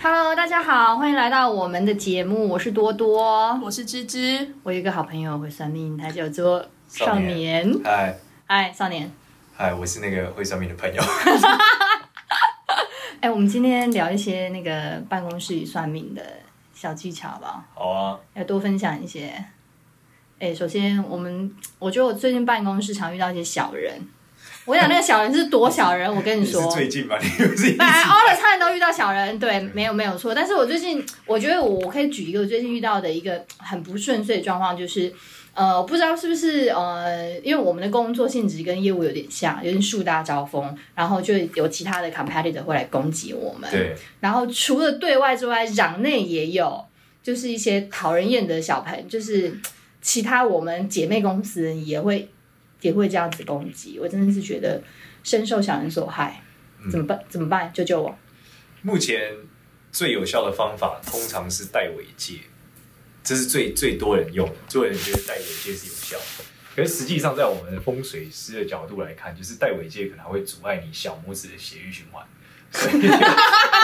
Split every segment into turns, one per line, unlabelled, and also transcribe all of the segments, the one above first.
Hello，大家好，欢迎来到我们的节目，我是多多。
啊我是芝芝，
我有一个好朋友会算命，他叫做少
少
年。
嗨
嗨，少年。
嗨，哎我是那个会算命的朋友。
哎，我们今天聊一些那个办公室里算命的小技巧吧，
好啊，
要多分享一些。哎，首先我们，我觉得我最近办公室常遇到一些小人。我想那个小人是多小人，我跟你
你是
说，
最近吧？你不是一直
本来 all the time 都遇到小人，对，没有没有错。但是我最近，我觉得我可以举一个我最近遇到的一个很不顺遂的状况，就是，呃，我不知道是不是呃，因为我们的工作性质跟业务有点像，有点树大招风，然后就有其他的 competitor 会来攻击我们。
对，
然后除了对外之外，攘内也有，就是一些讨人厌的小朋就是其他我们姐妹公司也会也会这样子攻击。我真的是觉得深受小人所害，
嗯
怎么办？怎么办？救救我！
目前最有效的方法通常是戴尾戒，这是最最多人用的，最多人觉得戴尾戒是有效的。可是实际上，在我们风水师的角度来看，就是戴尾戒可能还会阻碍你小拇指的血液循环，所以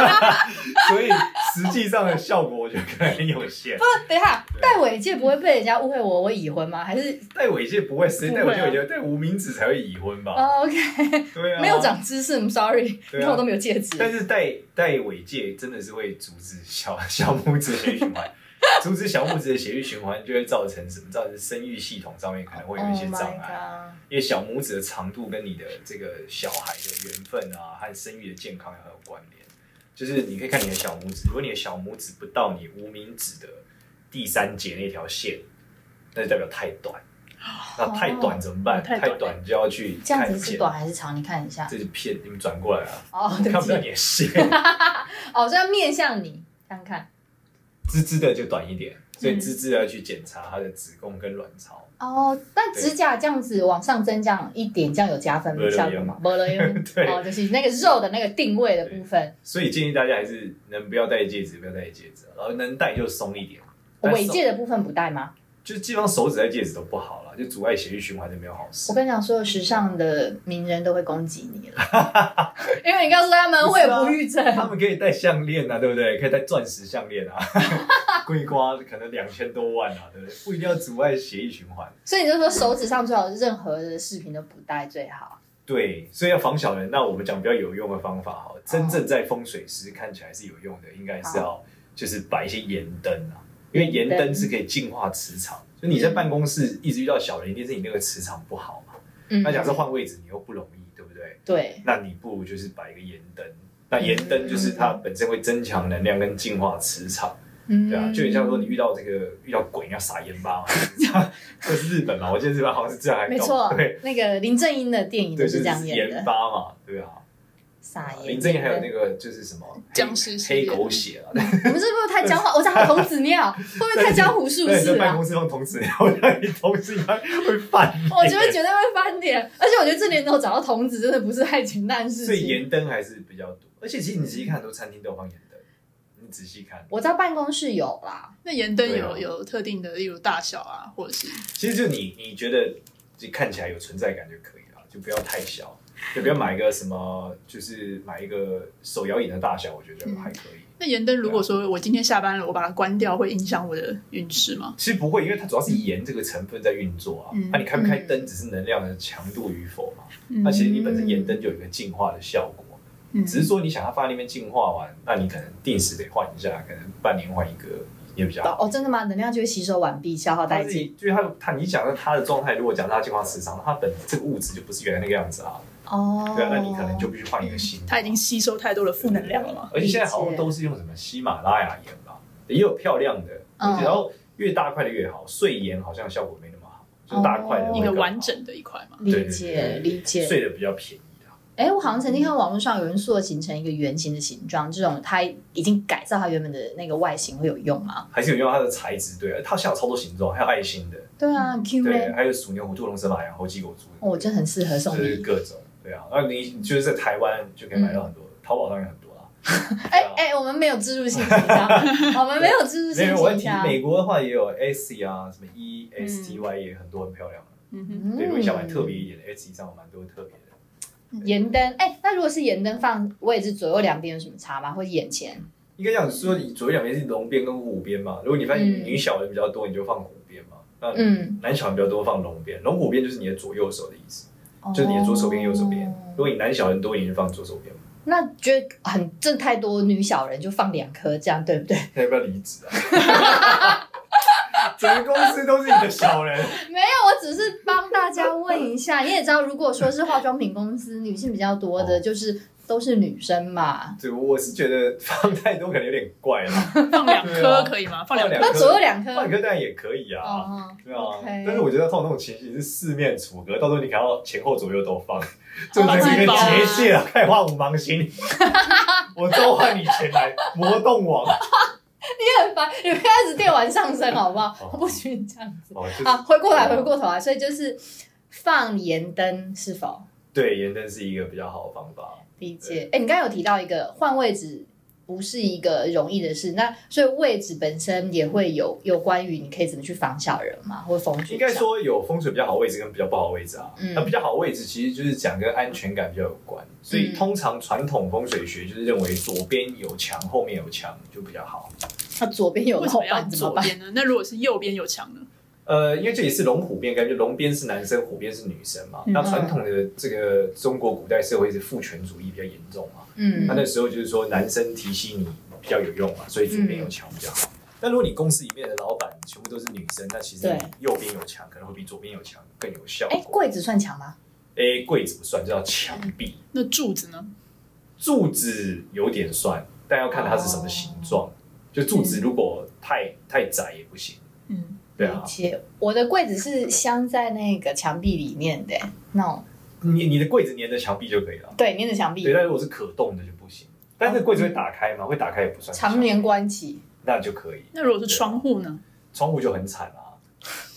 所以实际上的效果我觉得可能很有限。
等一下，
对
戴尾戒不会被人家误会我我已婚吗？还是、
戴尾戒不会，谁戴尾戒？
不会啊
我觉得戴无名指才会已婚吧？
哦 OK，
对啊，
没有长知识，I'm sorry，、因
对啊
为我都没有戒指。
但是戴戴尾戒真的是会阻止小小拇指血液循 环，阻止小拇指的血液循环就会造成什么？造成生育系统上面可能会有一些
Oh my
障碍
god
因为小拇指的长度跟你的这个小孩的缘分啊，和生育的健康很有关联。就是你可以看你的小拇指，如果你的小拇指不到你无名指的第三节那条线，那就代表太短。那太短怎么办？
哦太短
太短就要去
这样
看
子
见
是短，还是长？你看一下。
这是骗你们转过来啊，
哦，对
看
不起
不到，你的线。
哦，这样面向你，这样看。
滋滋的就短一点，所以
嗯
滋滋的要去检查它的子宫跟卵巢。
哦，但
对
指甲这样子往上增这样一点，这样有加分
没了
效果吗？没了用
对
哦，就是那个肉的那个定位的部分，
所以建议大家还是能不要戴戒指，不要戴戒指，然后能戴就松一点。但
尾
松
戒的部分不戴吗？
就基本上手指戴戒指都不好了，就阻碍血液循环就没有好事
我。跟你讲，所有时尚的名人都会攻击你了， 啊因为你告诉他们会有不育 症。
他们可以戴项链啊，对不对？可以戴钻石项链啊， 贵瓜可能两千多万啊，对不对？不一定要阻碍血液循环。
所以你就说手指上最好任何的饰品都不戴最好。
对，所以要防小人。那我们讲比较有用的方法哈，真正在风水师看起来是有用的，应该是要就是摆一些盐灯啊，因为盐灯是可以净化磁场。就你在办公室一直遇到小人，一定是你那个磁场不好嘛。
嗯
那假设换位置你又不容易，对不对？
对，
那你不如就是摆一个盐灯。那
嗯
盐灯就是它本身会增强能量跟净化磁场，
嗯
对啊，就很像说你遇到这个遇到鬼你要撒盐巴嘛， 这是日本嘛？我记得日本好像是这样还搞，
没错
对，
那个林正英的电影
对，
就
就是
这样
是
演
盐
的，
巴嘛，对啊。
撒盐。
林正英还有那个就是什么黑
僵尸系
黑
列
狗血啊，
我们是不是太江湖？我讲童子尿，会不会太江湖术
对，
士啊
在
了
办？公室放童子尿，让你同事应该会翻脸。
我觉得绝对会翻脸，而且我觉得这年头找到童子真的不是太简单的事
所以
情。
盐灯还是比较多，而且其实你仔细看，很多餐厅都有放盐灯，你仔细看，
我在办公室有啦，
那盐灯有、
对啊
有特定的，例如大小啊，或者是
其实就你你觉得就看起来有存在感就可以了，就不要太小，就不要买一个什么，就是买一个手摇椅的大小，我觉得还可以。
那盐灯，如
啊
果说我今天下班了，我把它关掉，会影响我的运势吗？
其实不会，因为它主要是盐这个成分在运作啊。那、
嗯
你开不开灯，只是能量的强度与否嘛。
嗯
那其实你本身盐灯就有一个净化的效果，
嗯
只是说你想要放在那边净化完，那你可能定时得换一下，可能半年换一个也比较好。
哦，真的吗？能量就会吸收完毕，消耗
它
殆
自
尽。
己就是它，它你讲的它的状态，如果讲它净化磁场，那它本这个物质就不是原来那个样子啊。
哦，
对啊，那你可能就必须换一个新的。
它已经吸收太多的负能量了嘛。
而且现在好像都是用什么喜马拉雅盐吧，也有漂亮的，
嗯
然后越大块的越好。碎盐好像效果没那么好，就是大块的
哦
会
一个
更好
完整的一块嘛。
理解理解。
碎的比较便宜的。
哎，我好像曾经看网络上有人塑形成一个圆形的形状，这种它已经改造它原本的那个外形会有用吗？
还是有用它的材质，对、啊，它现在有超多形状，还有爱心的，
对啊很，Q
嗯对，
嘞，
还有鼠牛、虎、兔、龙、蛇、马、羊、猴、鸡、狗、猪，
哦，真的很适合
就
送
是
礼。
各种，对啊。那你就是在台湾就可以买到很
嗯
多，淘宝上有很多啊。
哎哎，我们没有植入性形象， 我们没有植入
没
性
有，我
形
提
象。
美国的话也有 S C 啊，什么 E S T Y 也很多，很漂亮。
嗯哼，
嗯
对，如果你想买特别一点的 S 上有蛮多特别的。
盐灯，哎、那如果是盐灯放位置左右两边有什么差吗？或者眼前？
应该这样说，你左右两边是龙边跟虎边嘛。如果你发现
嗯
女小人比较多，你就放虎边嘛。那
嗯，
男小人比较多，放龙边。龙虎边就是你的左右手的意思，就是你的左手边、右手边。
哦
如果你男小人多，你就放左手边嘛。
那觉得很这太多女小人就放两颗，这样对 不对？
那要不要离职啊？ 整个公司都是你的小人，
没有，我只是帮大家问一下。你也知道，如果说是化妆品公司，女性比较多的，
哦
就是都是女生嘛。
对，我是觉得放太多可能有点 怪了。
放两
对啊
颗可以吗？放
放
两
两
颗
颗
那左右两颗，
换歌当然也可以啊，
哦，
对啊
OK。
但是我觉得通常那种情形是四面楚歌，到时候你看到前后左右都放，这个
Oh
才是
my
一个
god
结界啊，开画五芒星。我召唤你前来，魔动王。
你很烦，你不要一直电玩上身好不好？
哦
我不许你这样子。
哦，就是
好，回过来，
对啊
回过头来，所以就是放盐灯是否
对盐灯是一个比较好的方法。
理解？哎，你刚刚有提到一个换位置。不是一个容易的事，那所以位置本身也会有有关于你可以怎么去防小人嘛，或防
应该，说有风水比较好的位置跟比较不好的位置啊。
嗯
那比较好的位置其实就是讲跟安全感比较有关，所以
嗯
通常传统风水学就是认为左边有墙，后面有墙就比较好。
那左边有
为什
老
么要
板怎么
左
办？
边呢？那如果是右边有墙呢？
呃，因为这里是龙虎变，感觉龙边是男生，虎边是女生嘛。
嗯
那传统的这个中国古代社会是父权主义比较严重嘛。
嗯
那那时候就是说男生提携你比较有用嘛，所以左边有墙比较好。
嗯
但如果你公司里面的老板全部都是女生，那其实
对
你右边有墙可能会比左边有墙更有效
哎，
果。
柜子算强吗？
哎，柜子不算，这叫墙壁。
那柱子呢？
柱子有点算，但要看它是什么形状。就柱
嗯
子如果太、太窄也不行，
嗯，
对啊
理。解。我的柜子是镶在那个墙壁里面的，那种
你你的柜子粘着墙壁就可以了。
对，粘着墙
对，
壁，
但如果是可动的就不行。但
哦
是柜子会打开吗？会打开也不算
常年关起。
那就可以。
那如果是窗户呢？
窗户就很惨啊，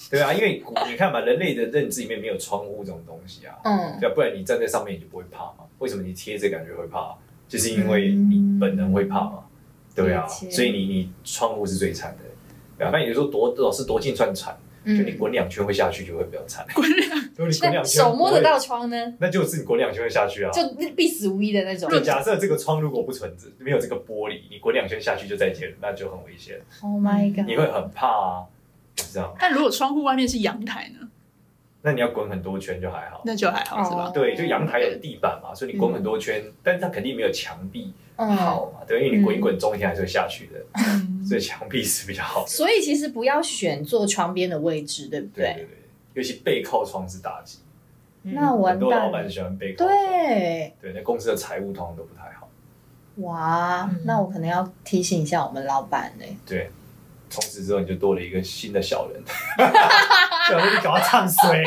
对啊，因为古你看嘛，人类的认知里面没有窗户这种东西啊，
嗯，
对啊，不然你站在上面你就不会怕嘛。为什么你贴着感觉会怕？就是因为你本能会怕嘛，对啊，
嗯理解
所以你你窗户是最惨的，对啊。那你说躲老是躲进算惨，就你
嗯，
滚两圈会下去就会比较惨，
滚两，
如果你滚
那
两圈
手摸得
不
到
会，
窗呢，
那就是你滚两圈会下去啊。
就必死无疑的那种。
就假设这个窗如果不存在，没有这个玻璃，你滚两圈下去就再见了，那就很危险，
Oh my
你
god！
会很怕啊，就是这样。
但如果窗户外面是阳台呢？
那你要滚很多圈就还好，
那就还好是吧？
对，就阳台有地板嘛，所以你滚很多圈，但是它肯定没有墙壁
嗯，
好嘛，对，因为你滚一滚，中间还是会下去的，
嗯
所以墙壁是比较好的。
所以其实不要选坐窗边的位置，对不
对对？对，尤其背靠窗是打击，
那
嗯很
完
多老
蛋
板
了。
喜欢背靠窗，
对，
对，那公司的财务通常都不太好，
哇
嗯，
那我可能要提醒一下我们老板嘞。
对。从此之后，你就多了一个新的小 人，小人你啊搞他 唱衰，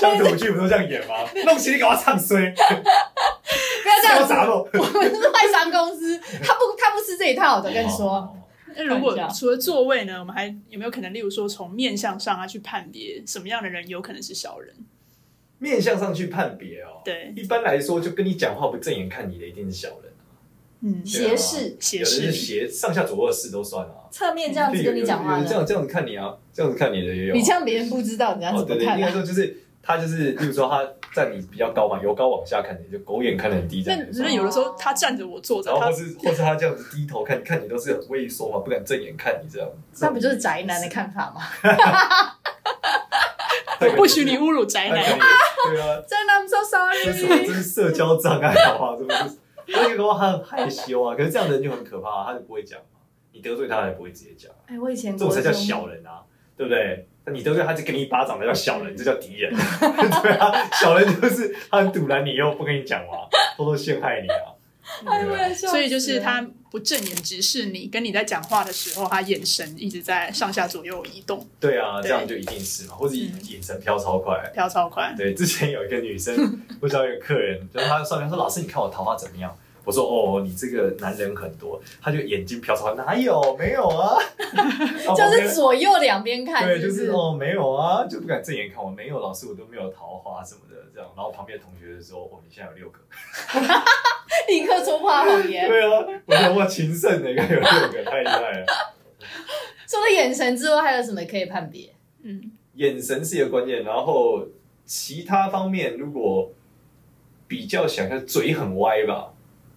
乡土剧不都这样演吗？弄起你搞他唱 衰，
不要这样
搞
子，
砸了。
我们是外商公 司，他不他不吃这一套的，我跟你说。
哦，
那如果
看一下
除了座位呢，我们还有没有可能，例如说从面相上啊去判别什么样的人有可能是小人？
面相上去判别哦。
对，
一般来说，就跟你讲话不正眼看你的一定是小人，
嗯，
斜视，
有
斜
的
视，
是斜上下左右视都算啊。
侧面这样
就
子
有
跟你讲话
有有这
的，
样这样子看你啊，这样子看你的也有啊。
你这样别人不知道，人家
哦，
怎么
对对，应
看
该
啊？
说就是他就是，例如说他站你比较高嘛，由高往下看你，就狗眼看得很低这
那
样子。
那有的时候他站着我坐着，
然后
他
或是或是他这样子低头看，看你都是很畏缩嘛，不敢正眼看你这样。
那不就是宅男的看法吗？
对？
我不许你侮辱宅
他可能也
男。
对啊，
真的，I'm so
这是什么？这
sorry。
是社交障碍，好不好？这不是，那个的话他很害羞啊。可是这样的人就很可怕、啊，他就不会讲嘛。你得罪他，他也不会直接讲。
哎，我以前
这种才叫
国中
小人啊，对不对？那你得罪他就给你一巴掌，那叫小人，这叫敌人， 对啊，小人就是他很堵拦你，又不跟你讲嘛，偷偷陷害你啊。
哎
对
我
啊
也笑死了
所以就是他不正眼直视你，跟你在讲话的时候，他眼神一直在上下左右移动，
对啊，
对
这样就一定是嘛，或者
嗯
眼神飘超快。
飘超快。
对，之前有一个女生，我找有个客人，就是她上面说：“老师，你看我桃花怎么样？”我说：“哦，你这个男人很多。”她就眼睛飘超，哪有没有啊？然后旁
就
边
是左右两边看，
对，
不
就是哦，没有啊，就不敢正眼看我，没有老师，我都没有桃花什么的，这样。然后旁边的同学就说：“哦，你现在有六个。
立刻戳破他谎”言。
对啊，我说哇，情圣的，应该有六个，太厉害了。
除了眼神之外，还有什么可以判别？
嗯，
眼神是一个关键，然后其他方面如果比较想看，嘴很歪吧，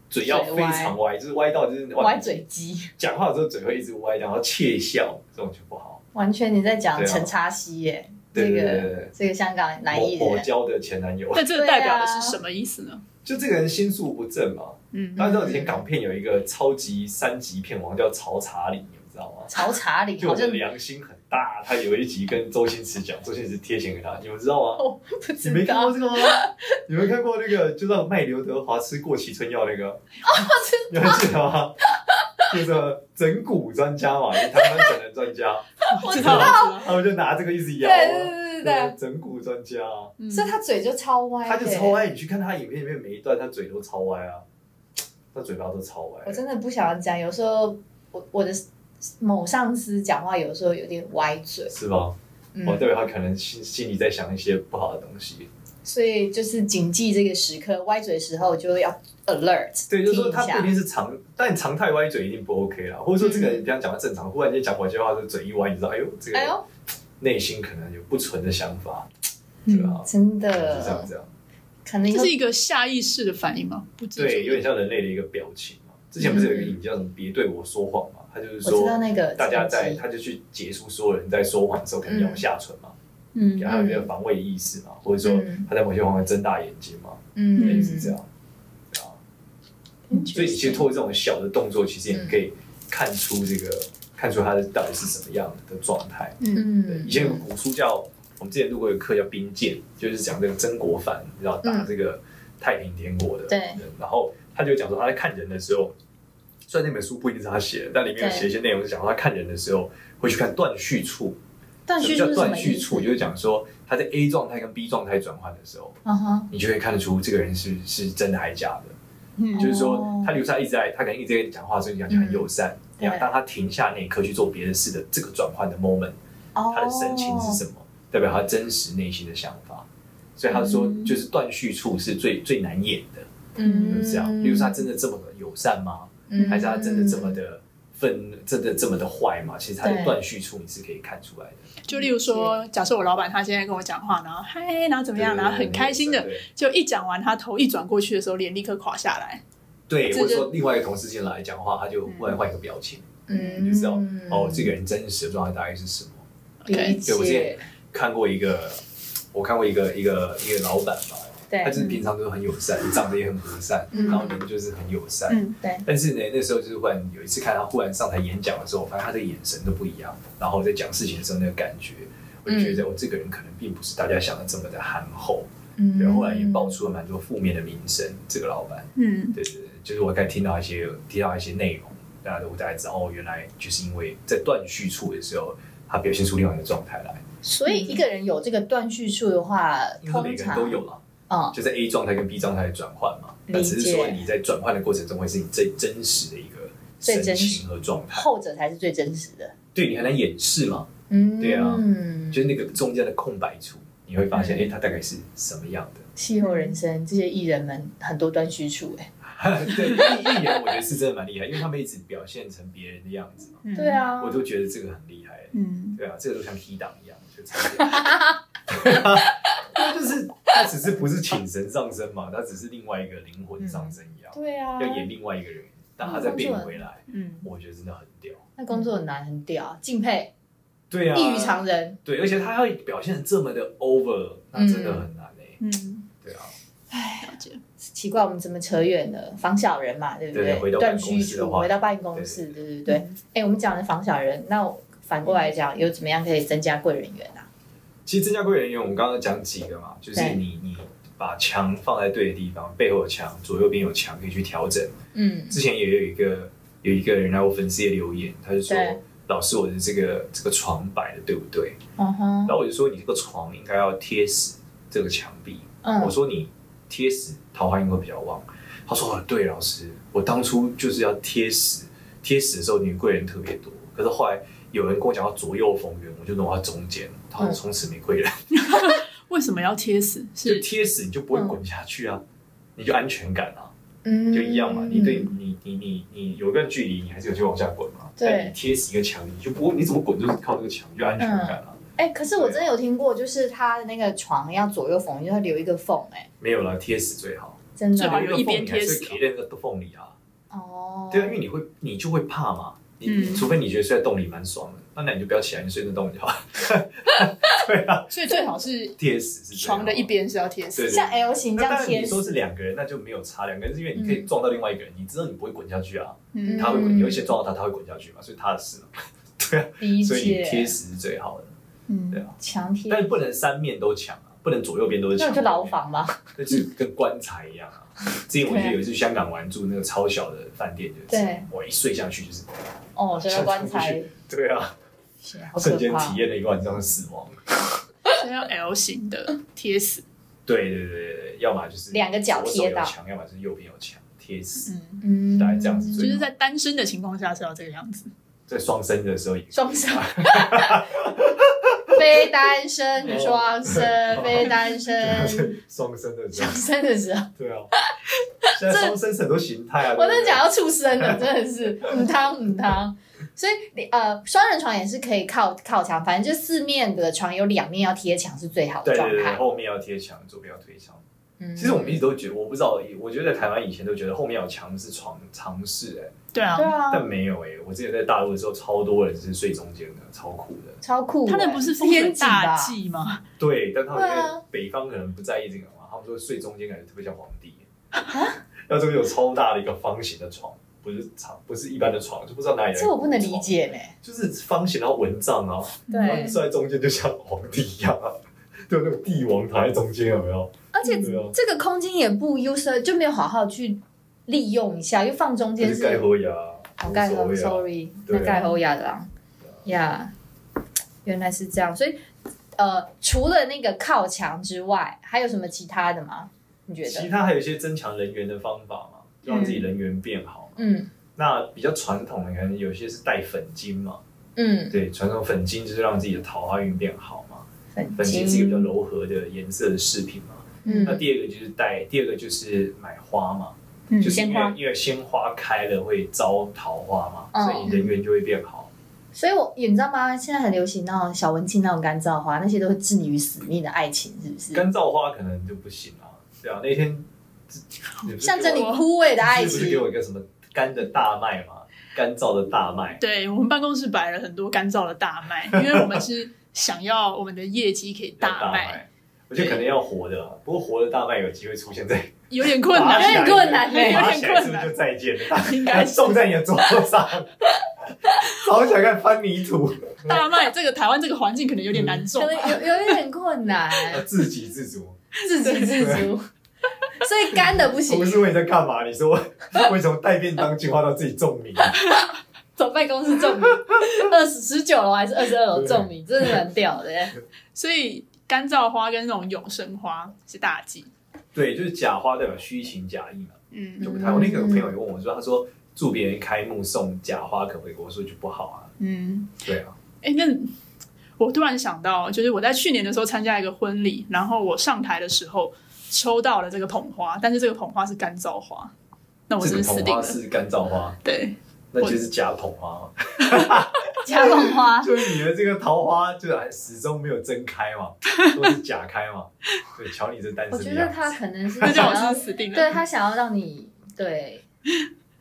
嘴要非常歪，就是歪到就是
歪嘴鸡，
讲话的时候嘴会一直歪，然后窃笑，这种就不好。
完全你在讲
对啊
陈插西耶，
对
这
对对
个
对
这个香港男艺
对，我我
人，
交的前男友，
那这个代表的是什么意思呢？
就这个人心术不正嘛。
嗯，
大家知道以前港片有一个超级三级片王叫曹查理，你们知道吗？
曹查理
就
好
我的
像
良心很大，他有一集跟周星驰讲，周星驰贴钱给他，你们知道吗？
哦不
你没
知
看
道，
过
我
这个吗？ 你们看过那个就让卖刘德华吃过期春药那个？
哦
你们记得吗？就是整蛊专家嘛，也台湾整人专家，
我知道，我知道
他们就拿这个一直
对
摇
对
啊，
对对对
整蛊专家啊，
嗯
对，所以他嘴就超歪，
他就超。歪。你去看他影片里面每一段，他嘴都超歪啊，他嘴巴都超歪啊
我。真的不想讲，有时候我我的某上司讲话有时候有点歪嘴，
是吧？哦
嗯，
我代表他可能心心里在想一些不好的东西，
所以就是谨记这个时刻，歪嘴时候就要 alert，
对，就是说
听一
他
下
不一定是常，但常态歪嘴一定不 OK 啦。或者说这个人平常讲话正常，忽然间讲某些话，就嘴一歪，你知道，哎呦，这
嗯
个
哎
人
呦，
内心可能有不纯的想法，对
嗯
啊，
真
就是这样
的，
这样。
可能以
这
后
是一个下意识的反应吗？不知
对，有
足
点像人类的一个表情嘛。之前不是有一个影叫什么“别对我说谎”嘛？他就是
我知
说
道那个
大家在，
成绩
他就去结束所有人在说谎的时候，可能咬下唇嘛，
嗯
然后有点防卫意识嘛，或者说
嗯
他在某些方面睁大眼睛嘛，类
嗯
似这样。对啊，所以你其实透过这种小的动作，其
嗯
实你可以看出这个，看出他的到底是什么样的状态。
嗯
对，
嗯，
以前有个古书叫我们之前录过一个课叫兵谏，就是讲这个曾国藩，你知道打这个太平天国的
对
人，然后他就讲说他在看人的时候，虽然那本书不一定是他写的，但里面有
对
写一些内容是讲他看人的时候会去看断续处，
断续
什
处是什
么叫断
么
续
意
处？
思？
就是讲说他在 A 状态跟 B 状态转换的时候，
嗯哼，
你就会看得出这个人是是真的还是假的。
嗯
就是说
哦，
他留下一直在，他可能一直在跟你讲话，所以你感觉很友善。
嗯
然后
对
当他停下那一刻去做别的事的这个转换的 moment，
哦，
他的神情是什么，
哦
代表他真实内心的想法。所以他说，
嗯
就是断续处是最最难演的，
嗯，
就是这样。例如说，他真的这么的友善吗？
嗯
还是他真的这么的愤，真的这么的坏吗？其实他的
对
断续处你是可以看出来的。
就例如说，假设我老板他现在跟我讲话，然后嗨，然后怎么样，然后很开心的，
对
就一讲完，他头一转过去的时候，脸立刻垮下来。
对，
这
或者
就
说另外一个同事进来讲话，他就忽然换一个表情，
嗯，
你就知道哦，这个人真实的状态大概是什么。
理
OK，
对我之前
解，
看过一个，我看过一个一个一个老板吧，
对
他就是平常都很友善，长得也很和善，
嗯
然后人就是很友善。
嗯，
对，
但是呢，那时候就是忽然有一次看他忽然上台演讲的时候，我发现他的眼神都不一样，然后在讲事情的时候那个感觉，我就觉得我这个人可能并不是大家想的这么的憨厚。
嗯
然后后来也爆出了蛮多负面的名声，这个老板，
嗯，
对对对，就是我刚才听到一些听到一些内容，大家我大概知道哦，原来就是因为在断续处的时候，他表现出另外一个状态来。
所以一个人有这个断续处的话，
嗯因为每
通
个人
常
都有了，
嗯
就在 A 状态跟 B 状态的转换嘛。
理解
那只是说你在转换的过程中，会是你最真实的一个
最
神
真实
情和状态。
后者才是最真实的。
对你很难掩饰嘛，
嗯，
对啊
嗯，
就是那个中间的空白处，你会发现，
嗯
哎，它大概是什么样的？
气候人生这些艺人们很多断续处，哎，
对，艺艺人我觉得是真的蛮厉害，因为他们一直表现成别人的样子嘛，
嗯，
啊
我都觉得这个很厉害。
嗯，
对啊，这个都像 T 档一样，就差点。那 就是他只是不是请神上身嘛，他只是另外一个灵魂上身一样。
对啊
要演另外一个人，但他再变回来，
嗯，
我觉得真的很屌。
那工作很难，很屌，敬佩，
对啊，
异于常人。
对，而且他要表现得这么的 over，那真的很难哎、
嗯，
对啊，
了解。
奇怪，我们怎么扯远了？防小人嘛，对不
对回到办
断
公
续
室的
处，
话嗯
回到办公室，对对对。哎，我们讲的防小人，那我反过来讲，有怎么样可以增加贵人缘啊？
其实增加贵人员，我们刚刚讲几个嘛，就是
对
你你把墙放在对的地方，背后有墙，左右边有墙可以去调整。
嗯
之前也有一个有一个人来我粉丝页留言，他就说
对。
老师，我的这个这个床摆的对不对？
嗯哼
然，后我就说你这个床应该要贴死这个墙壁，我
嗯
说你贴死桃花运会比较旺。他说哦对，老师，我当初就是要贴死，贴死的时候女贵人特别多，可是后来有人跟我讲要左右逢源，我就挪到中间，他说
嗯
从此没贵人，
为什么要贴死？
就是贴死你就不会滚下去啊，你就安全感啊，
嗯，
就一样嘛，你对你你你你有一段距离，你还是有去往下滚嘛，
对
但你贴死一个墙，你就不会你怎么滚就是靠这个墙，就安全感啊。
哎、可是我真的有听过，就是他那个床要左右缝，就会留一个缝、哎，
没有了，贴死最好。
真的
最
哦
好
因为那
有
个
一
缝
边
你还
贴
是
死
可以练那个缝里啊。
哦，
对啊，因为你会，你就会怕嘛。你、
嗯
除非你觉得睡在洞里蛮爽的，那那你就不要起来，你睡那洞里就好。
所以最好是
贴死是这样
床的一。边是要贴死
对。
像哎 L 型这
那当
样
然
贴
你说
死，
是两个人，那就没有差。两个人是因为你可以
嗯
撞到另外一个人，你知道你不会滚下去啊，
嗯，
他会滚，你会先撞到他，他会滚下去嘛，所以他的事嘛。 对啊，
理
所以你贴
解，
死是最好的，对
嗯，
啊。
强贴，
但是不能三面都抢啊，不能左右边都是
那
墙。
就牢房吧。
那就是跟棺材一样啊。之前我记得有一次香港玩住那个超小的饭店，就是
对
我一睡下去就是，
哦，这 个棺材，
对啊，
是好可
瞬间
怕
体。验了一个晚上的死亡。
先要啊 L 型的贴死，
对对对对，要么就是
两个脚贴到
左手有墙，要么就是右边有墙贴死。
嗯，
嗯
大概这样子
就是在单身的情况下是要这个样子。
在双生的时候也
双生，非单 身与双生，非单身
哦双生的时
双，
候
生的时候，
对啊，现在双生是很多形态啊。
我真
对
的
不对
讲，要出生了，真的是母汤母汤。所以你呃，双人床也是可以靠靠墙，反正就四面的床有两面要贴墙是最好的
对
状
对对，
态。
后面要贴墙，左边要贴墙。
嗯，
其实我们一直都觉得，我不知道，我觉得在台湾以前都觉得后面有墙是床尝试哎。
对啊
对，啊，
但没有哎、我之前在大陆的时候，超多人是睡中间的，超酷的。
超酷欸。
他那不是风水
天井吧
大？忌吗？
对，但他们
对啊
因为北方可能不在意这个嘛，他们说睡中间感觉特别像皇帝。 要这边有超大的一个方形的床，不是床，不是一般的床，就不知道哪里来。
这我不能理，解呢。
就是方形然后蚊帐啊，
对
睡在中间就像皇帝一样啊， 就那种帝王躺在中间有没有？
而且
对啊，
这个空间也不 user，就没有好好去利用一下，因为放中
就
间
是
是
盖喉牙，
好
无
盖
所
喉
谓啊
，sorry，
对
那
啊
盖喉亚的啦，呀、原来是这样，所以呃，除了那个靠墙之外，还有什么其他的吗？你觉
其
得？
他还有一些增强人缘的方法嘛，就让自己人缘变好。
嗯
那比较传统的，可能有些是带粉晶嘛，
嗯，
对，传统粉晶就是让自己的桃花运变好嘛。
粉
粉晶是一个比较柔和的颜色的饰品嘛。那
嗯
第二个就是带，第二个就是买花嘛，
嗯
就是因
鲜花
为因为鲜花开了会招桃花嘛，
嗯
所以你人缘就会变好。
所以我你知道吗？现在很流行那种小文青那种干燥花，那些都是置你于死命的爱情，是不是？
干燥花可能就不行啊，对啊，那天
象征你
你不是给我
枯萎的爱
你不是给
情。
我一个什么干的大麦嘛，干燥的大麦。
对我们办公室摆了很多干燥的大 麦，因为我们是想要我们的业绩可以
要大
大卖，，
我觉得可能要活的啊，不过活的大麦有机会出现在
有点困
有
难。
点困难
哎
欸
爬起来是不是就再见了？
应该是
种在你的桌 上，好想看翻泥土，
大麦这个台湾这个环境可能有点难
可
种
嗯
能，有有一点困难，
自给自足。
自给自足，所以干的不行
不。是问你在干嘛？你说 为什么带便当进化到自己种米？
走办公室种 米，二十十九楼还是二十二楼种米，真的蛮屌的耶。
所以干燥花跟那种永生花是大忌。
对，就是假花代表虚情假意嘛，
嗯
就不太好。我那个朋友也问我说，他说祝别人开幕送假花可不可以？我说就不好啊。
嗯，
对啊，
哎、那我突然想到，就是我在去年的时候参加一个婚礼，然后我上台的时候抽到了这个捧花，但是这个捧花是干燥花，那我
这
真的
个
死
捧
定
花
了。
是干燥花，
对，
那就是假捧花嘛。
假捧花，
就是你的这个桃花，就是还始终没有真开 嘛，都是假开嘛。对，瞧你这单
我觉
身的
得
样子，
他可能是
那叫
想
我真
要
的，死定了。
对他想要让你对，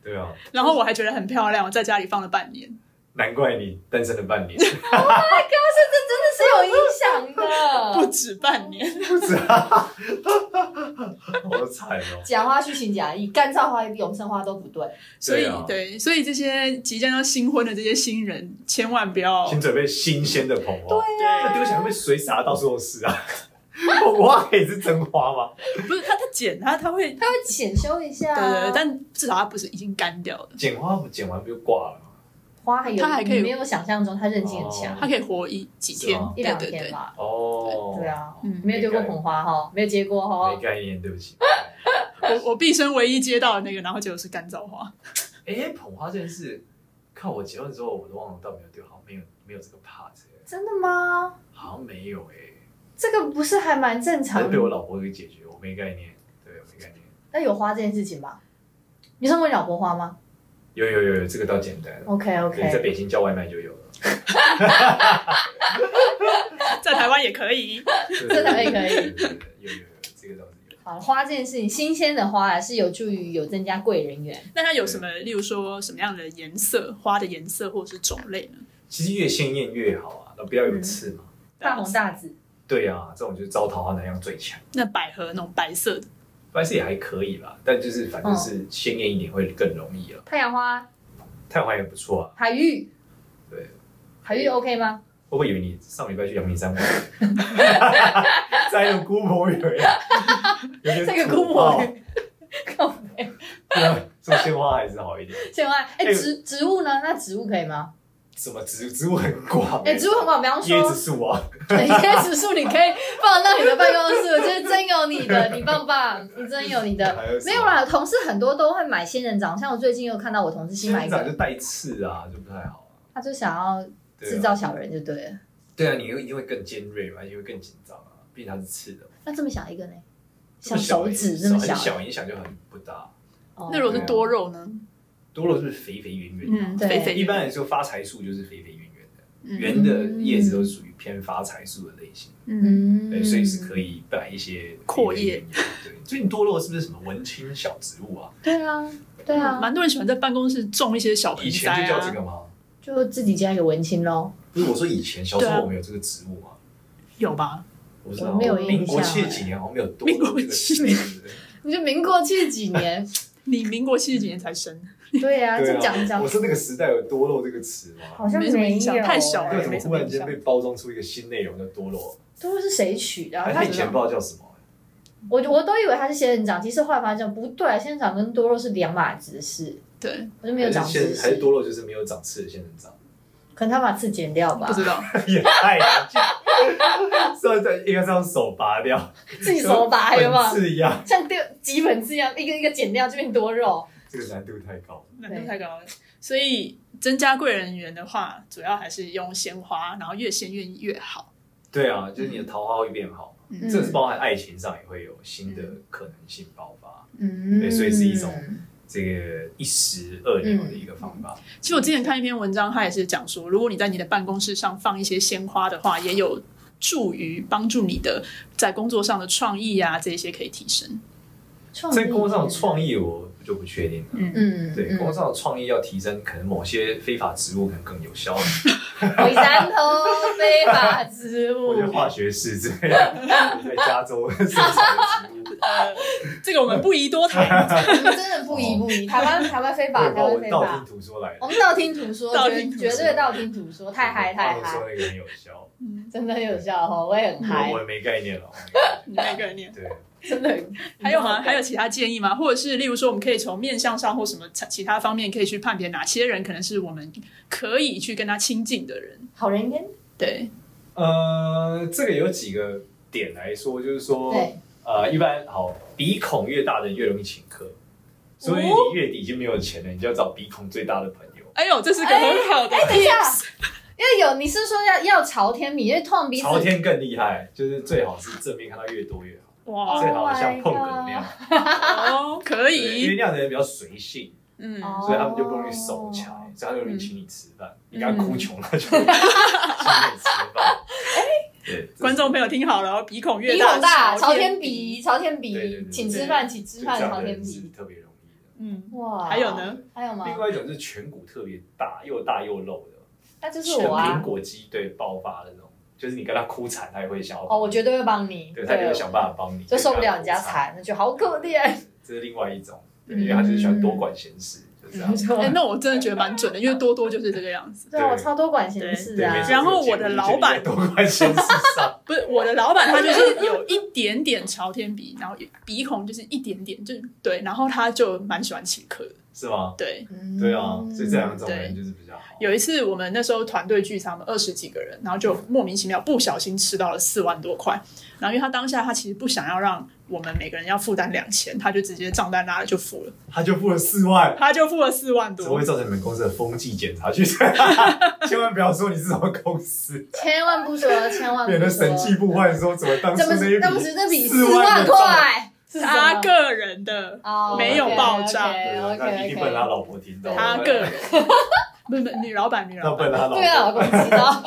对啊，
然后我还觉得很漂亮，我在家里放了半年。
难怪你单身了半年，
这真的是有影响
哦
不
的。
止半年，
不止啊，好惨哦。
假花虚情假意，干燥花、永生花都不对。
所以
对啊
对，所以这些即将要新婚的这些新人，千万不要
请准备新鲜的捧花，那
啊
对，
丢起来会水洒到处都是啊。 捧花可以是真花吗？
不是他他剪他他会，对
它会检修一下、
对
啊，
对，但至少他不是已经干掉了，
剪花剪完不就挂了吗？
花还有
它还可以哦
没有想象中，它韧性很强，
他可以活一几天
是吗，
啊一
对
两
对对
天。吧。
哦，
对啊，
嗯
没有丢过捧花哈，没有接过
没
哈。
概念，对不起。
我我毕生唯一接到的那个，然后结果是干燥 花。
哎，捧花这件事，看我结婚之后，我都忘了到底有没有丢，好像没有没有这个 part，欸
真的吗？
好像没有哎。
这个不是还蛮正
还是
常
被我
的？
老婆给解决，我没概念，对，我没概念。
那有花这件事情吧？你送过你老婆花吗
有有有有，这个倒简单。
？OK
对在
OK，
北京叫外卖就有了，
在台湾也可以。
真
真的可以可以
有有有，这个倒是有。
好，花这件事情，新鲜的花啊是有助于有增加贵人缘。
那它有什么？例如说什么样的颜色，花的颜色或者是种类呢？
其实越鲜艳越好啊，那不要有刺嘛。
大红大紫，
对啊，这种就是招桃花能量最强，
那百合那种白色的，
白色也还可以啦，但就是反正是鲜艳一点会更容易啊。
太阳花、
太华也不错啊，
海芋，
对。
海芋 OK 吗？
我会以为你上礼拜去阳明山玩，在那个姑婆园啊，有点
这个
土
姑
炮
婆园，靠背
对啊，种鲜花还是好一点。
现在哎，
哎
植植物呢？那植物可以吗？
什么植植物很广、欸
哎，植物很广，比方说
哦椰子树啊，
对， 椰子树你可以放到你的办公室，我 觉得真有你 的，你棒棒，你真有你的。
还有什么
没有啦，同事很多都会买仙人掌，像我最近又看到我同事新买
仙
一
长
个
就，带刺啊，就不太好啊、
他就想要
对
制
啊。
造小人就对了。
对啊，你会一定会更尖锐嘛，你会更紧张啊，毕竟它是刺的嘛，
那这么小一个呢？
这
像
么
手指这么
小，
小，
很小影响就很不大。
哦啊
那如果是多肉呢？
多肉就是肥肥圆圆的
嗯，
嘛，
对嗯
肥肥
一般来说发财树就是肥肥圆圆的，
圆
圆的叶子都属于偏发财树的类型，
嗯，
嗯
对，哎所以是可以摆一些
阔
肥
叶
肥圆圆的。对，最近多肉是不是什么文青小植物啊？
对啊，对啊，
蛮多人喜欢在办公室种一些小盆
以前
栽
就叫这
啊。
个吗？
就自己家有文青喽。
不是，我说以前小时
对啊
候我们有这个植物嘛。
有吧？
我知道，
我没有印象
民国七十几年好像没有多
民
肉
国
这个
70
词。
你就民国七十几年，
你民国七十几年才生，
对啊，
对
就
啊，
讲讲
我，是那个时代有多肉这个词吗？
好像
没什么
没
印象
有，
太小
那
了
怎么忽然间被包装出一个新内容叫多肉？
都是谁取的啊？
哎
他
它以前不知道叫什么，
我我都以为它是仙人掌，其实后来发现不对，啊仙人掌跟多肉是两码子的事，
对，
我就没有
还
长
是
知
现还是
识，
多肉就是没有长刺的仙人掌，
可能他把刺剪掉吧
不，知道。
也太难记。所以在应该是用手拔掉，
自己手拔有
跟
吗？
刺一样，
像丢挤粉刺一样，一个一个剪掉就变多肉。
这个难度太高了。
难度太高了。所以增加贵人缘的话，主要还是用鲜花，然后越鲜艳越好。
对啊，就是你的桃花会变好，
嗯
这是包含爱情上也会有新的可能性爆发，
嗯
对所以是一种这个一石二鸟
嗯
的一个方法。
其实我之前看一篇文章，它也是讲说，如果你在你的办公室上放一些鲜花的话，也有助于帮助你的在工作上的创意啊，这一些可以提升。
创意
在工作上的创意，我就不确定了。
嗯，
嗯，
对，工作上的 创意要提升，可能某些非法植物可能更有效，
嗯鬼山头非法植物
或，者化学式之类的，在加州生产的植物。
哦
呃，这个我们不宜多谈。
我们真的不宜不 宜，
哦
台湾台湾非
我
法，
也不
台
知道
湾
我
非
道
法
听。途说来的
我，们道听途说，
道
绝
听途说
绝对道听途说，哦太嗨太
他们说
嗨，
那个很有效，
嗯
真的很有效哦，我也很嗨
哦我我，也没概念了。我没
你那个念。
概念对，
真的很。
还有吗？还有其他建议吗？或者是例如说，我们可以从面相上或什么其他方面，可以去判别哪些人可能是我们可以去跟他亲近的人。
好人缘，
对，
呃，这个有几个点来说，就是说，
对，
呃，一般好鼻孔越大的人越容易请客，所
哦
以你月底已经没有钱了，你就要找鼻孔最大的朋友。
哎呦，这是个很好的
哎，等一下，因为有你是说要要朝天比，因为痛鼻子
朝天更厉害，就是最好是正面看到越多越好，
哇
Oh
最好像碰狗那样，
哦，可
对因为
以，
那样的人比较随性，
嗯，
哦
所以他们就不容易手掐，所以他就
嗯
容易请你吃饭。你给他哭穷了就 请 你吃饭。
哎
对，
观众朋友听好了哦，鼻孔越
鼻孔大，朝
朝
天，鼻，朝天
对对
鼻，
对
请
对
吃
对
饭，请吃饭，
就这
朝
样的
天
人是
鼻。
特别容易的。
嗯，
哇，
还有呢？
还有吗？
另外一种就是颧骨特别大，又大又露的，
那就是
像
我
苹
啊。
果肌对爆发的那种，就是你跟他哭惨，他也会想要
哦，我绝对会帮你。
对他也会想办法帮你，
就受不了人
跟他
家
哭惨。
惨，那就好可怜。
这是另外一种，对，因为他就是喜欢
嗯
多管闲事，就这样。
哎、那我真的觉得蛮准的，因为多多就是这个样子。
对啊，我超多管闲事
对，
啊
没。错
然后我的老板
多管闲事 上，
不是我的老板，他就是有一点点朝天鼻，然后鼻孔就是一点点，就是对，然后他就蛮喜欢请客的。
是吗？
对，
嗯
对啊，所以这两种人就是比较好。
有一次我们那时候团队聚餐，我们二十几个人，然后就莫名其妙不小心吃到了四万多块。然后因为他当下他其实不想要让我们每个人要负担两千，他就直接账单拉了就付了，
他就付了四万，
他就付了四万
这
多
会。造成你们公司的风纪检查 局，千万不要说你是什么公司，
千万不说，千万不
免得
说。
审计部换说怎么当初
怎么
那一
当时
笔
那笔
4
四
万
万
的账
块是什
他
么？
个人的，
哦
没有爆炸
，OK，OK，OK
对啊那一定不能让老婆听到，
他个人，不是不是女老板，女
那
老
不能
板，
让老
啊不要让老
婆，
公知道。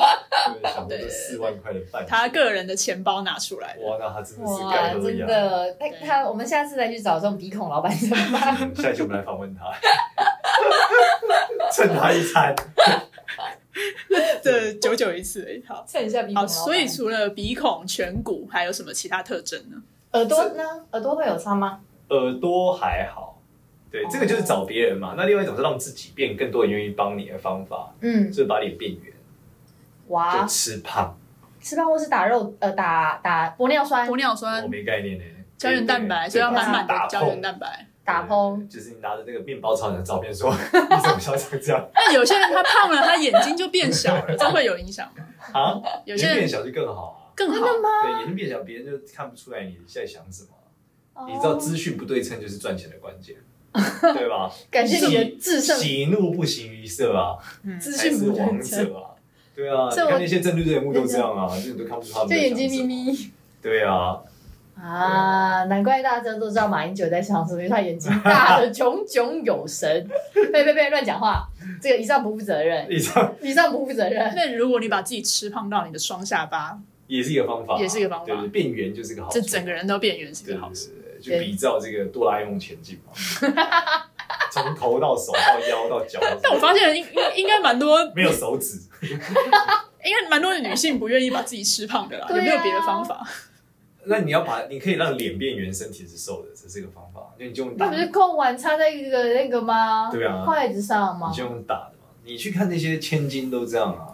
对，想说这四万块的饭，
他个人的钱包拿出来的，
哇，那他真的是
哇，
该喝
真
呀。
的，那他我们下次再去找这种鼻孔老板怎么办？
嗯下一期我们来访问他， 蹭他一餐。
这九九一次而已。好，
蹭一下鼻孔
好，
老板。
所以除了鼻孔、颧骨，还有什么其他特征呢？
耳朵呢？耳朵会有伤吗？
耳朵还好，对，这个就是找别人嘛。那另外一种是让自己变更多人愿意帮你的方法，
嗯，
就是把脸变圆，
哇
啊
就，吃胖。
吃饭或是打肉，呃，打打玻尿酸
玻，尿
我
酸、
没概念呢。
嗯胶原蛋白，
对
所以要满满
打
的
碰
胶原蛋白。
打嘭，
就是你拿着那个面包超人的照片说， 你怎么笑成这样
但有些人他胖了，他眼睛就变小 了，这会有影响吗？
啊？
有
眼睛
些
变
人
小就更好
更好，
啊，对，眼睛变小，别人就看不出来你在想什么。
哦
你知道资讯不对称就是赚钱的关 键，对吧？
感谢你的制胜。
喜怒不形于色啊，
嗯
资
才
讯
是
不
王
认真，
者啊。对啊，你
这我
看那些政治人物都这样啊，就是你都看不出他们
就
在
眼
想
睛
什
眯
么。
眯
对啊，
啊，难怪大家都知道马英九在想什么，因为他眼睛大的炯炯有 神。呸呸呸，乱讲话！这个以上不负责任，
以上
以上不负责任。
那如果你把自己吃胖到你的双下巴，
也是一个方法啊，
也是一个方法
对对，变圆就是个好处，
这整个人都变圆是
对
个
对
好事。
对对就比照这个哆啦 A 梦前进嘛， 从头到手到腰到脚，
但我发现应应应该蛮多，
没有手指，
应该蛮多的女性不愿意把自己吃胖的啦。有
对啊
没有别的方法？
那你要把你可以让脸变圆，身体是瘦的，这是一个方法，因为你就用
那
打
不，是空碗插在一个那个吗？
对啊
筷子上吗
你？就用打的嘛。你去看那些千金都这样啊，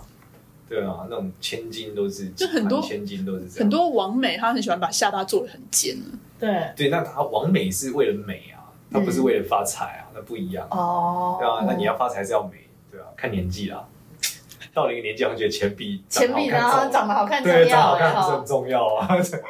对啊，那种千金都是，
就很多
几万千金都是这样，
很多王美她很喜欢把下巴做的很尖，
对，
对，啊那他完美是为了美啊，他不是为了发财啊，那不一样。
哦，
对啊，那你要发财是要美，对啊，看年纪啦。到了一个年纪，好像觉得钱比
前比然后
长
长得好看
得好看
重
重对，长得
要
好看不是
哎
很，重要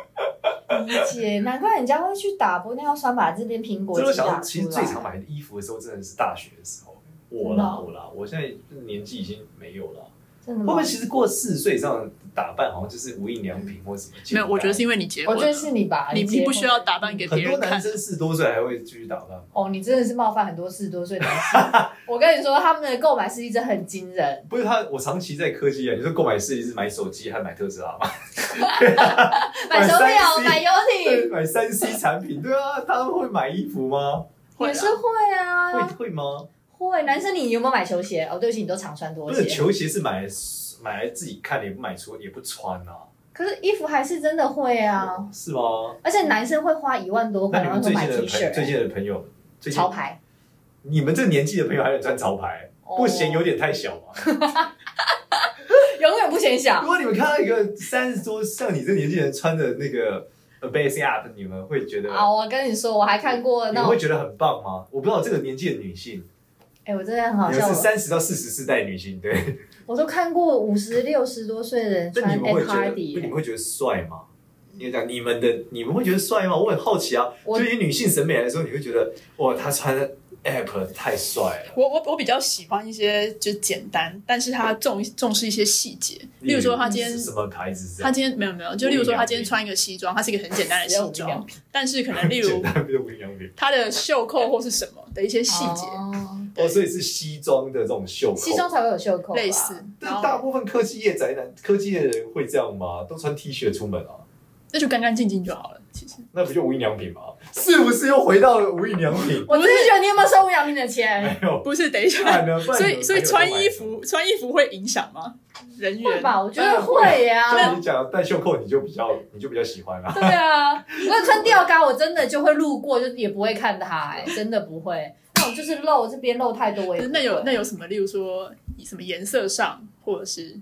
啊。
理解，难怪人家会去打玻尿酸把这边 苹果
所以我
肌
想
打
到，其实
出
最常
来。
买的衣服的时候，真的是大学的哦时候。我啦，
嗯
我啦，我现在年纪已经没有了。
真的
会
吗
不会？其实过四十岁以上的打扮，好像就是无印良品或什么？
没有，我觉得是因为你结
我
婚
觉得
了，
是你吧，
你
结婚
你不需要打扮给
很
别
多
人看
男。生四十多岁还会继续打扮。
哦，你真的是冒犯很多四十多岁的男生。 我跟你说，他们的购买实力真的很惊人。
不是他，我长期在科技啊，你说购买是一直买手机还买特斯拉吗？
买手表，
买三 C
买游
对，
艇，
买三 C 产品，对啊，他们会买衣服吗？
会
也
啊
是会
会
啊，
会吗？
会。男生，你有没有买球鞋？哦，对不起，你都常穿
不
拖
是
鞋。
球鞋是买来买来自己看，也不买出，也不穿啊，
可是衣服还是真的会啊，
是吗？
而且男生会花一万多块，
那你
然
们
后
最
去买
近的
T
朋最
恤、
近的朋友，最近
潮牌。哦
你们这年纪的朋友还能穿潮牌，不嫌有
点，
点太小 吗？
永远不嫌
如
小。
果你们看到一个三十多像你这年纪人穿的那个 a b a s i Up，你们会觉得
啊，我跟你说，我还看过
你
那种
们会，觉得很棒吗？我不知道这个年纪的女性，
哎，我真的很好
你们
笑
是，三十到四十世代女性，对，
我都看过五十六十多岁的人
那
穿
你们会
Ed
觉得，那你
Hardy，
们会觉得帅吗？你讲你们的，你们会觉得帅吗？我很好奇啊。
我
就以女性审美来说，你会觉得哇，他穿 App 太帅了。
我我我比较喜欢一些就简单，但是他重重视一些细节。例如说，他今天
是什么牌子这
他
样？
今天没有没有，就例如说他今天穿一个西装，它是一个很简单的西装，但是可能 例
简
如
单不就无印良品
它的袖扣或是什么的一些细节
哦
哦，所以是西装的这种袖扣。
西装，才会有袖啊扣吧，
类似，然
但大
后
部分科技业宅男、科技业的人会这样吗？都穿 T 恤出门啊？
那就干干净净就好了。 其实
那不就无印良品吗？是不是又回到了无印良品？
我只是觉得你有没有收吴阳明的钱？
没有，
不是，等一
不然
下，
呢？不
哎
然
所
你
以
们
所以
朋友
穿
都买
衣
什么
服穿衣服会影响吗？人
会
缘
吧？我觉得会
就
呀。
你讲戴袖扣，你就比较你就比较喜欢啦、
对啊，我穿吊嘎，我真的就会路过，就也不会看他，哎，真的不会。那种就是露这边露太多，我也不会
那有那有什么？例如说什么颜色上，或者是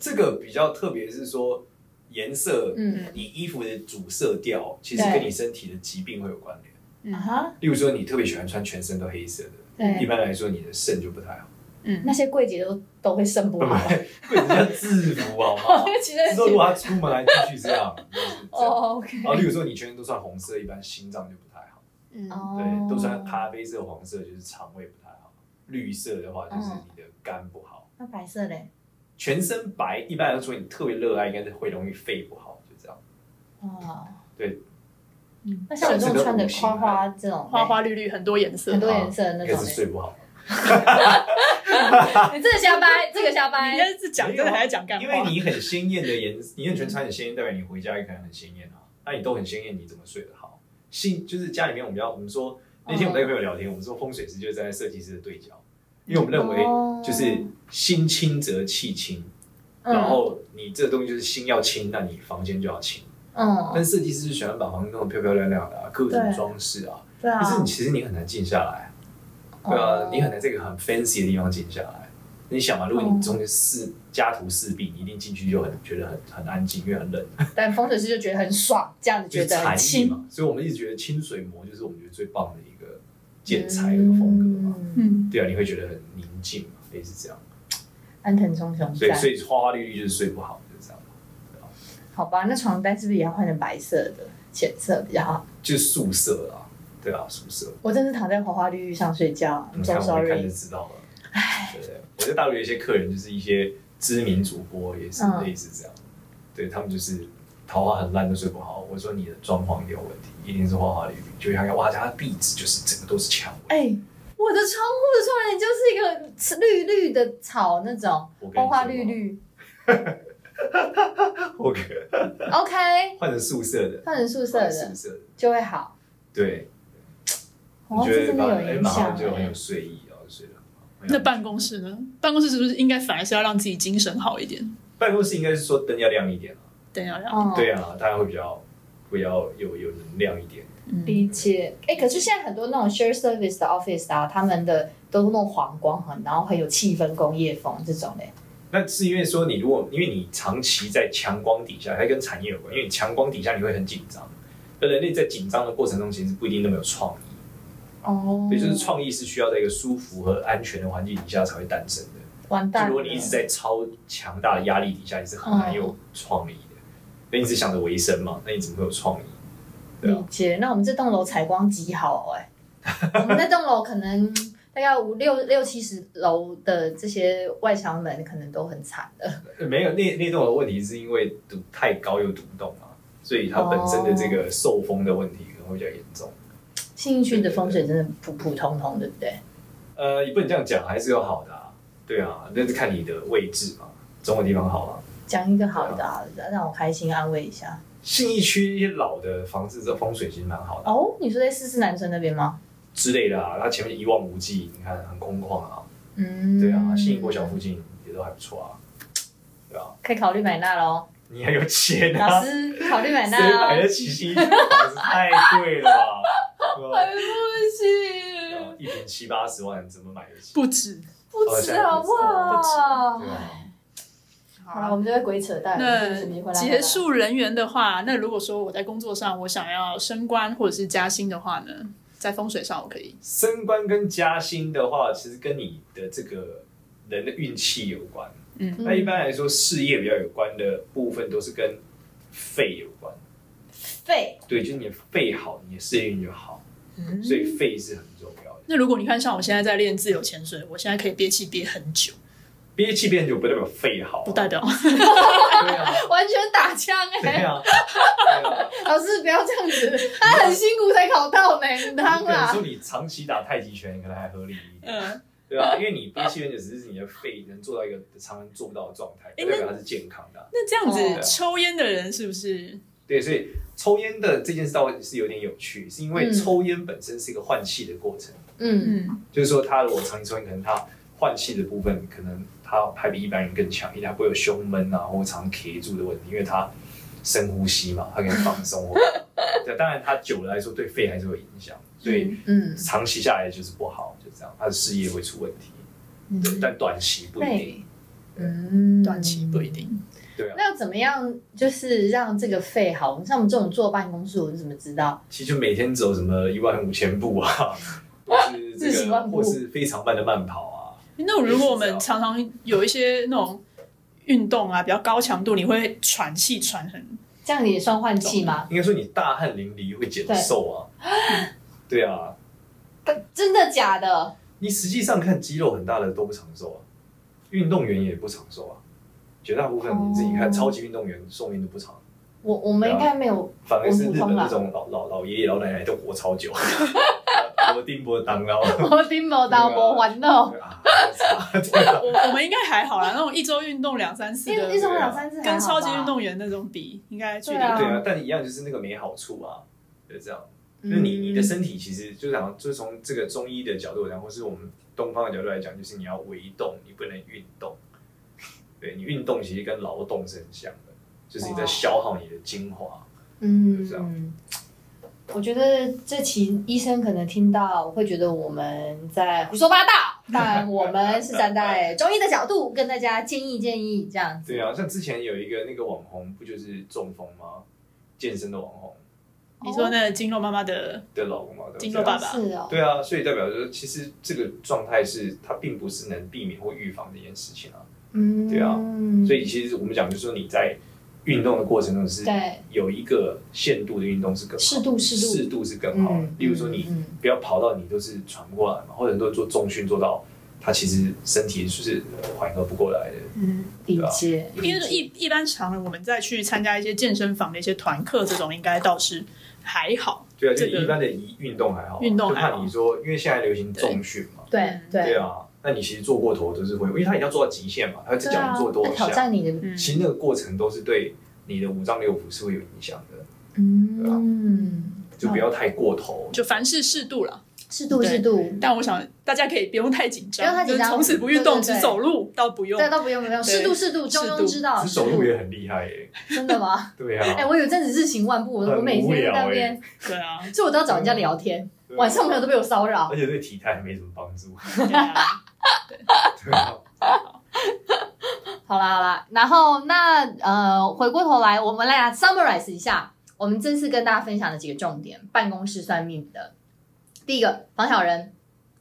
这个比较特别是说颜色，
嗯
你衣服的主色调其实
对
跟你身体的疾病会有关
嗯
联。
啊哈，
例如说，你特别喜欢穿全身都黑色的，一
对，
般来说你的肾就不太好。
嗯
嗯那些柜姐都都会肾不好，
贵人家制服好吗？
其实
之后如果他出门还继续这样， 就是这样。
哦，OK，
然后，例如说你全身都穿红色，一般心脏就不太好。
嗯，
哦，
对，都穿咖啡色、黄色就是肠胃不太好。绿色的话就是你的肝不好。
那白色嘞？
全身白，一般来说你特别热爱，应该是会容易肺不好，就这样。
哦，
对
嗯，那像我这种穿的花花这种
哎花花绿绿很多颜色
很，多颜色的那
应该
种
是
嘞，
睡不好。
你这个瞎掰，这个瞎
你
掰。
现在是讲这个还是讲干
因为
话？
你很鲜艳的 颜，你很全穿很鲜艳，代表你回家也可能很鲜艳啊。那你都很鲜艳，你怎么睡得好？性就是家里面我们要我们说那天我们在跟朋友聊
哦
天，我们说风水师就是站在设计师的对角，因为我们认为
哦
就是心清则气清，然
嗯
后你这东西就是心要清，那你房间就要清。
嗯，
但设计师是喜欢把房间弄得漂漂亮亮的、啊，各种装饰啊。
对啊
可，是你其实你很难静下来，对
哦
啊，你很难在一个很 fancy 的地方静下来。你想嘛，如果你中间四家徒四壁，你一定进去就很觉得很很安静，因为很冷，
但风水师就觉得很爽，这样子觉
就是
得
禅
很
意
轻，
嘛。所以我们一直觉得清水模就是我们觉得最棒的一个建材和风格嘛。
嗯
嗯，
对啊，你会觉得很宁静嘛，类似这样。
安藤忠雄
所以
在。
所以花花绿绿就是睡不好，就是这样。
好吧，那床单是不是也要换成白色的、浅色比较好？
就是宿舍啊，对啊，宿舍。
我真是躺在花花绿绿上睡觉啊
你
，I'm
嗯看
so
我一看就
sorry。
知道了。对不对，我在大陆有一些客人，就是一些知名主播，也是
嗯
类似这样。对他们就是桃花很烂都睡不好。我说你的装潢有问题，一定是花花绿绿。就一看哇，它的壁纸就是整个都是墙。
哎、我的窗户的窗帘就是一个绿绿的草那种
我跟你，说
花花绿绿。
我靠，
OK，
换成宿舍的，
换成宿舍
换成宿
的
舍的，
就会好。
对，
哦，
你
这
觉得
真的
马
有
哎
影
马上
响、
就很
哎
有睡意，然后睡得很好。
那办公室呢？办公室是不是应该反而是要让自己精神好一点？
办公室应该是说灯要亮一点啊，
等一下，
哦，
对啊，大家会比较比较有有能量一点。
嗯，
理解。哎、可是现在很多那种 share service 的 office 啊，他们的都弄黄光很，然后很有气氛、工业风这种嘞。
那是因为说你如果因为你长期在强光底下，它跟产业有关，因为你强光底下你会很紧张。那人类在紧张的过程中，其实不一定那么有创意，
哦，
所以就是创意是需要在一个舒服和安全的环境底下才会诞生的。
完
就
蛋
如
了。
果你一直在超强大的压力底下，你是很难有创意的。那你只想着维生嘛，那你怎么会有创意？对
理
啊，
解。那我们这栋楼采光极好 哎、我们那栋楼可能大概五六六七十楼的这些外墙门可能都很惨的。
没有那那栋的问题是因为堵太高又堵洞啊，所以它本身的这个受风的问题可能会比较严重。
信义区的风水真的普普通通，对不对？
呃，也不能这样讲，还是有好的、啊，对啊，那是看你的位置嘛，总有地方好啊。
讲一个好的、啊，让我开心安慰一下。
信义区一些老的房子的风水其实蛮好的啊
哦，你说在四四南村那边吗？
之类的啊，它前面一望无际，你看很空旷啊，
嗯，
对啊，信义国小附近也都还不错啊，对啊，
嗯可以考虑买那喽。
你还有钱
老
啊，
师考虑买
谁
那
买
哦。
得起信义区的房子太贵了吧？对 吧对
不
啊，一平七八十万怎么买得起？
不止。
不
好
止
像
好不
不
好？
对啊，
好了，我们就会鬼扯淡了。就是你回
那
来
结。束人员的话，那如果说我在工作上我想要升官或者是加薪的话呢，在风水上我可以
升官跟加薪的话，其实跟你的这个人的运气有关。
嗯
那一般来说，事业比较有关的部分都是跟肺有关。
肺
对，就是你的肺好，你的事业运就好。所以肺是很重要的。
那如果你看像我现在在练自由潜水，我现在可以憋气憋很久，
憋气变久不代表肺好、
不
啊，
代表
对啊，
完全打枪
对
哎、
啊，对啊。
老师不要这样子，他很辛苦才考到呢，啊你当
可能
啦
说。你长期打太极拳可能还合理一点，
嗯。
对啊，因为你憋气变久只是你的肺能做到一个常人做不到的状态，不代表它是健康的啊、
那这样子、
哦
抽烟的人是不是？
对，所以抽烟的这件事倒是有点有趣，是因为
嗯
抽烟本身是一个换气的过程，
嗯，
嗯，
就是说他如果长期抽烟，可能他换气的部分可能他还比一般人更强，因为他不会有胸闷啊或常 K 住的问题，因为他深呼吸嘛，他可以放松或。对，当然他久了来说对肺还是会有影响，所以
嗯，
长期下来就是不好，就这样，他的事业会出问题。对，但短期不一定。
嗯，
嗯短期不一。定。
对啊，
那要怎么样，就是让这个肺好？像我们这种坐办公室，我们怎么知道？
其实就每天走什么一万五千步 啊，或是
自
这
行
个，
万步
或是非常慢的慢跑啊，
嗯
那如果我们常常有一些那种运动啊，比较高强度，你会喘气喘很，
这样也算换气吗？
应该说你大汗淋漓会减瘦 啊。对啊，
真的假的？
你实际上看肌肉很大的都不长寿啊，运动员也不长寿啊，绝大部分你自己看、
哦
超级运动员寿命都不长，
我
啊
我们应该没有，
反而是日
我普
本
通啦
那种老老老爷爷老奶奶都活超久。我丁不当 了。
我丁某当我还
哦
到，
啊
我我们应该还好啦，那种一周运动两三次
一
啊
的
一，周两三次还好
跟超级
吧
运动员那种比，应该距离
对啊
对啊，但一样就是那个没好处啊，就这样。
嗯
就是你你的身体其实就是讲，就是从这个中医的角度来讲，或是我们东方的角度来讲，就是你要微动，你不能运动。对你运动其实跟劳动是很像的，就是你在消耗你的精华。
嗯
就这样
我觉得这期医生可能听到会觉得我们在胡说八道，但我们是站在中医的角度跟大家建议建议这样子。
对啊，像之前有一个那个网红，不就是中风吗？健身的网红
你说那个金肉妈妈的
的老公嘛，对不对
金肉爸爸
是哦，
对啊，所以代表说，其实这个状态是它并不是能避免或预防的一件事情啊。
嗯，
对啊，所以其实我们讲，就是说你在运动的过程中是
对
有一个限度的运动是更好
适度适度
适度是更好的。
嗯
例如说，你
嗯
不要跑到你都是喘不过来嘛，或者很多人做重训做到他其实身体就是缓和不过来的。
嗯，
理
啊
解，
因为一一般常人我们再去参加一些健身房的一些团课，这种应该倒是还好。
对啊，就
这个
一般的一运动还好啊，
运动
就
还好
怕你说，因为现在流行重训嘛，
对
对
对，
啊，那你其实做过头都是会，因为他一定要做到极限嘛，他只叫你做多
会
少
啊挑
下，
战你的，
嗯，
其实那个过程都是对你的五脏六腑是会有影响的，对啊
嗯，
就不要太过头。
就凡事适度啦。
适度
对
适度，
但我想大家可以不用太紧张，
不用太紧张
就是从此不运动，
对对对
只走路倒不用
对，。倒不用不用，适度适度，中庸之道，
只走路也很厉害耶、
真的吗？
对
哎，
啊，
我有阵子日行万步，我我
很
每
无
天在
聊
那
哎
边
对啊，
所以我都要找人
嗯
家聊天，晚上朋友都被我骚扰
啊 而。且对体态没什么帮 助。
对啊，
对啊，
好啦好啦，然后那呃，回过头来，我们来 summarize 一下我们这次跟大家分享的几个重点，办公室算命的。第一个，防小人，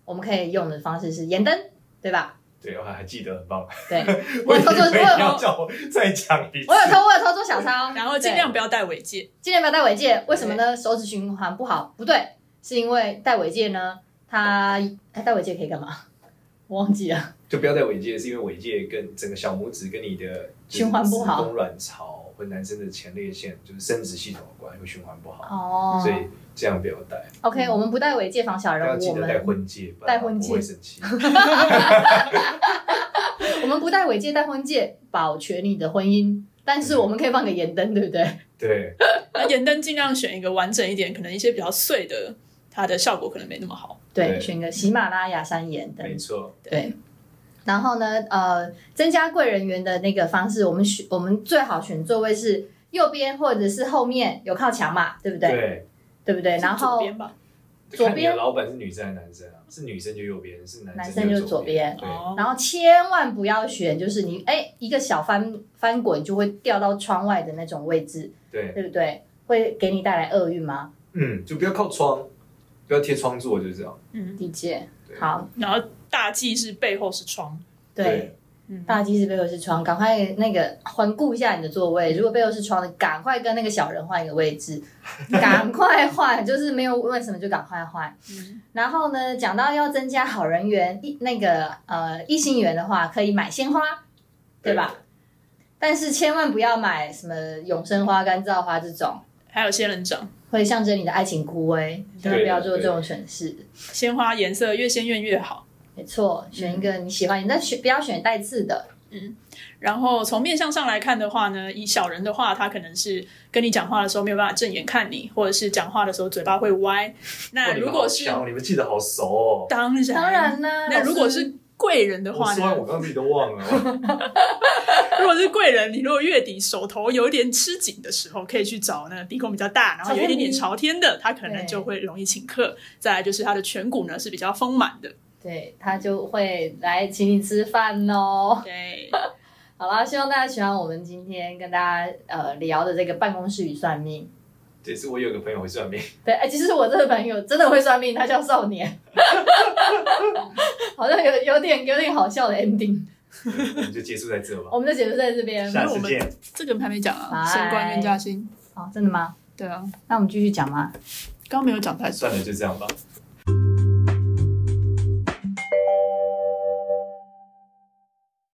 我们可以用的方式是盐灯，对吧？
对，我还记得很棒。
对，我
我
有偷做，
以为
我有
你要叫我再讲一次
我。有偷，我有偷做小 抄，
然后尽量不要戴尾戒，
今天不要戴尾戒，为什么呢？手指循环不好，不对，是因为戴尾戒呢，它哎戴尾戒可以干嘛？我忘记了，
就不要戴尾戒，是因为尾戒跟整个小拇指跟你的就是
循环不好
子宫卵巢和男生的前列腺就是生殖系统有关，会循环不好，
哦
所以这样不要戴。
OK，我们不戴尾戒防小
大家
人，
记
我
得戴
们
婚戒，不
戴
然
婚戒
不会生气。
我们不戴尾戒，戴婚戒，保全你的婚姻。但是我们可以放个盐灯，对不对？
对，
那盐啊灯尽量选一个完整一点，可能一些比较碎的，它的效果可能没那么好。
对，
对
选个喜马拉雅山盐
没
灯。
错，
对，然后呢，呃，增加贵人缘的那个方式，我们选我们最好选座位是右边或者是后面有靠墙嘛，对不对？
对。
对不对？
是
然
左
后
边吧，
左边
看你的老板是女生还是男生啊？是女生就右边，是男
男生
生
就左
左
边
对，
哦，
然后千万不要选，就是你哎一个小翻翻滚就会掉到窗外的那种位置，
对，
对不对？会给你带来厄运吗？
嗯，就不要靠窗，不要贴窗座，就是这样。
嗯，
理解。
对
好，
然后大忌是背后是窗，
对，
嗯，
大鸡是背后是窗，赶快那个环顾一下你的座位。如果背后是窗的，赶快跟那个小人换一个位置，赶快换，就是没有问什么就赶快换。
嗯
然后呢，讲到要增加好人缘，一那个呃异性缘的话，可以买鲜花，对吧？？但是千万不要买什么永生花、干燥花这种，
还有仙人掌，
会象征你的爱情枯萎，千万不要做这种蠢事。
鲜花颜色越鲜艳越好。
没错，选一个你喜欢，你但选不要选带刺的，
然后从面相上来看的话呢，以小人的话，他可能是跟你讲话的时候没有办法正眼看你，或者是讲话的时候嘴巴会歪。
哇
那
你们
如
好
果是
强哦你们记得好熟哦。
当然，
当然啦。
那如果
老师
是贵人的
我
话
说完，我
呢？
刚刚自己都忘了。
如果是贵人，你如果月底手头有点吃紧的时候，可以去找那个鼻孔比较大，然后有一点点朝天的，他可能就会容易请客。再来就是他的颧骨呢是比较丰满的，
对他就会来请你吃饭哦。
对，
好啦，希望大家喜欢我们今天跟大家呃聊的这个办公室与算命。
对，是我有个朋友会算命，
对，哎、其实我这个朋友真的会算命，他叫少 年，好像有有点有点好笑的 ending。
我们就结束在这吧。
我们就结束在这边。
下次见。
这个还没讲啊，
拜
升官冤家星，
哦，真的吗？
对啊，
那我们继续讲吗？
刚刚没有讲太多
算了，就这样吧。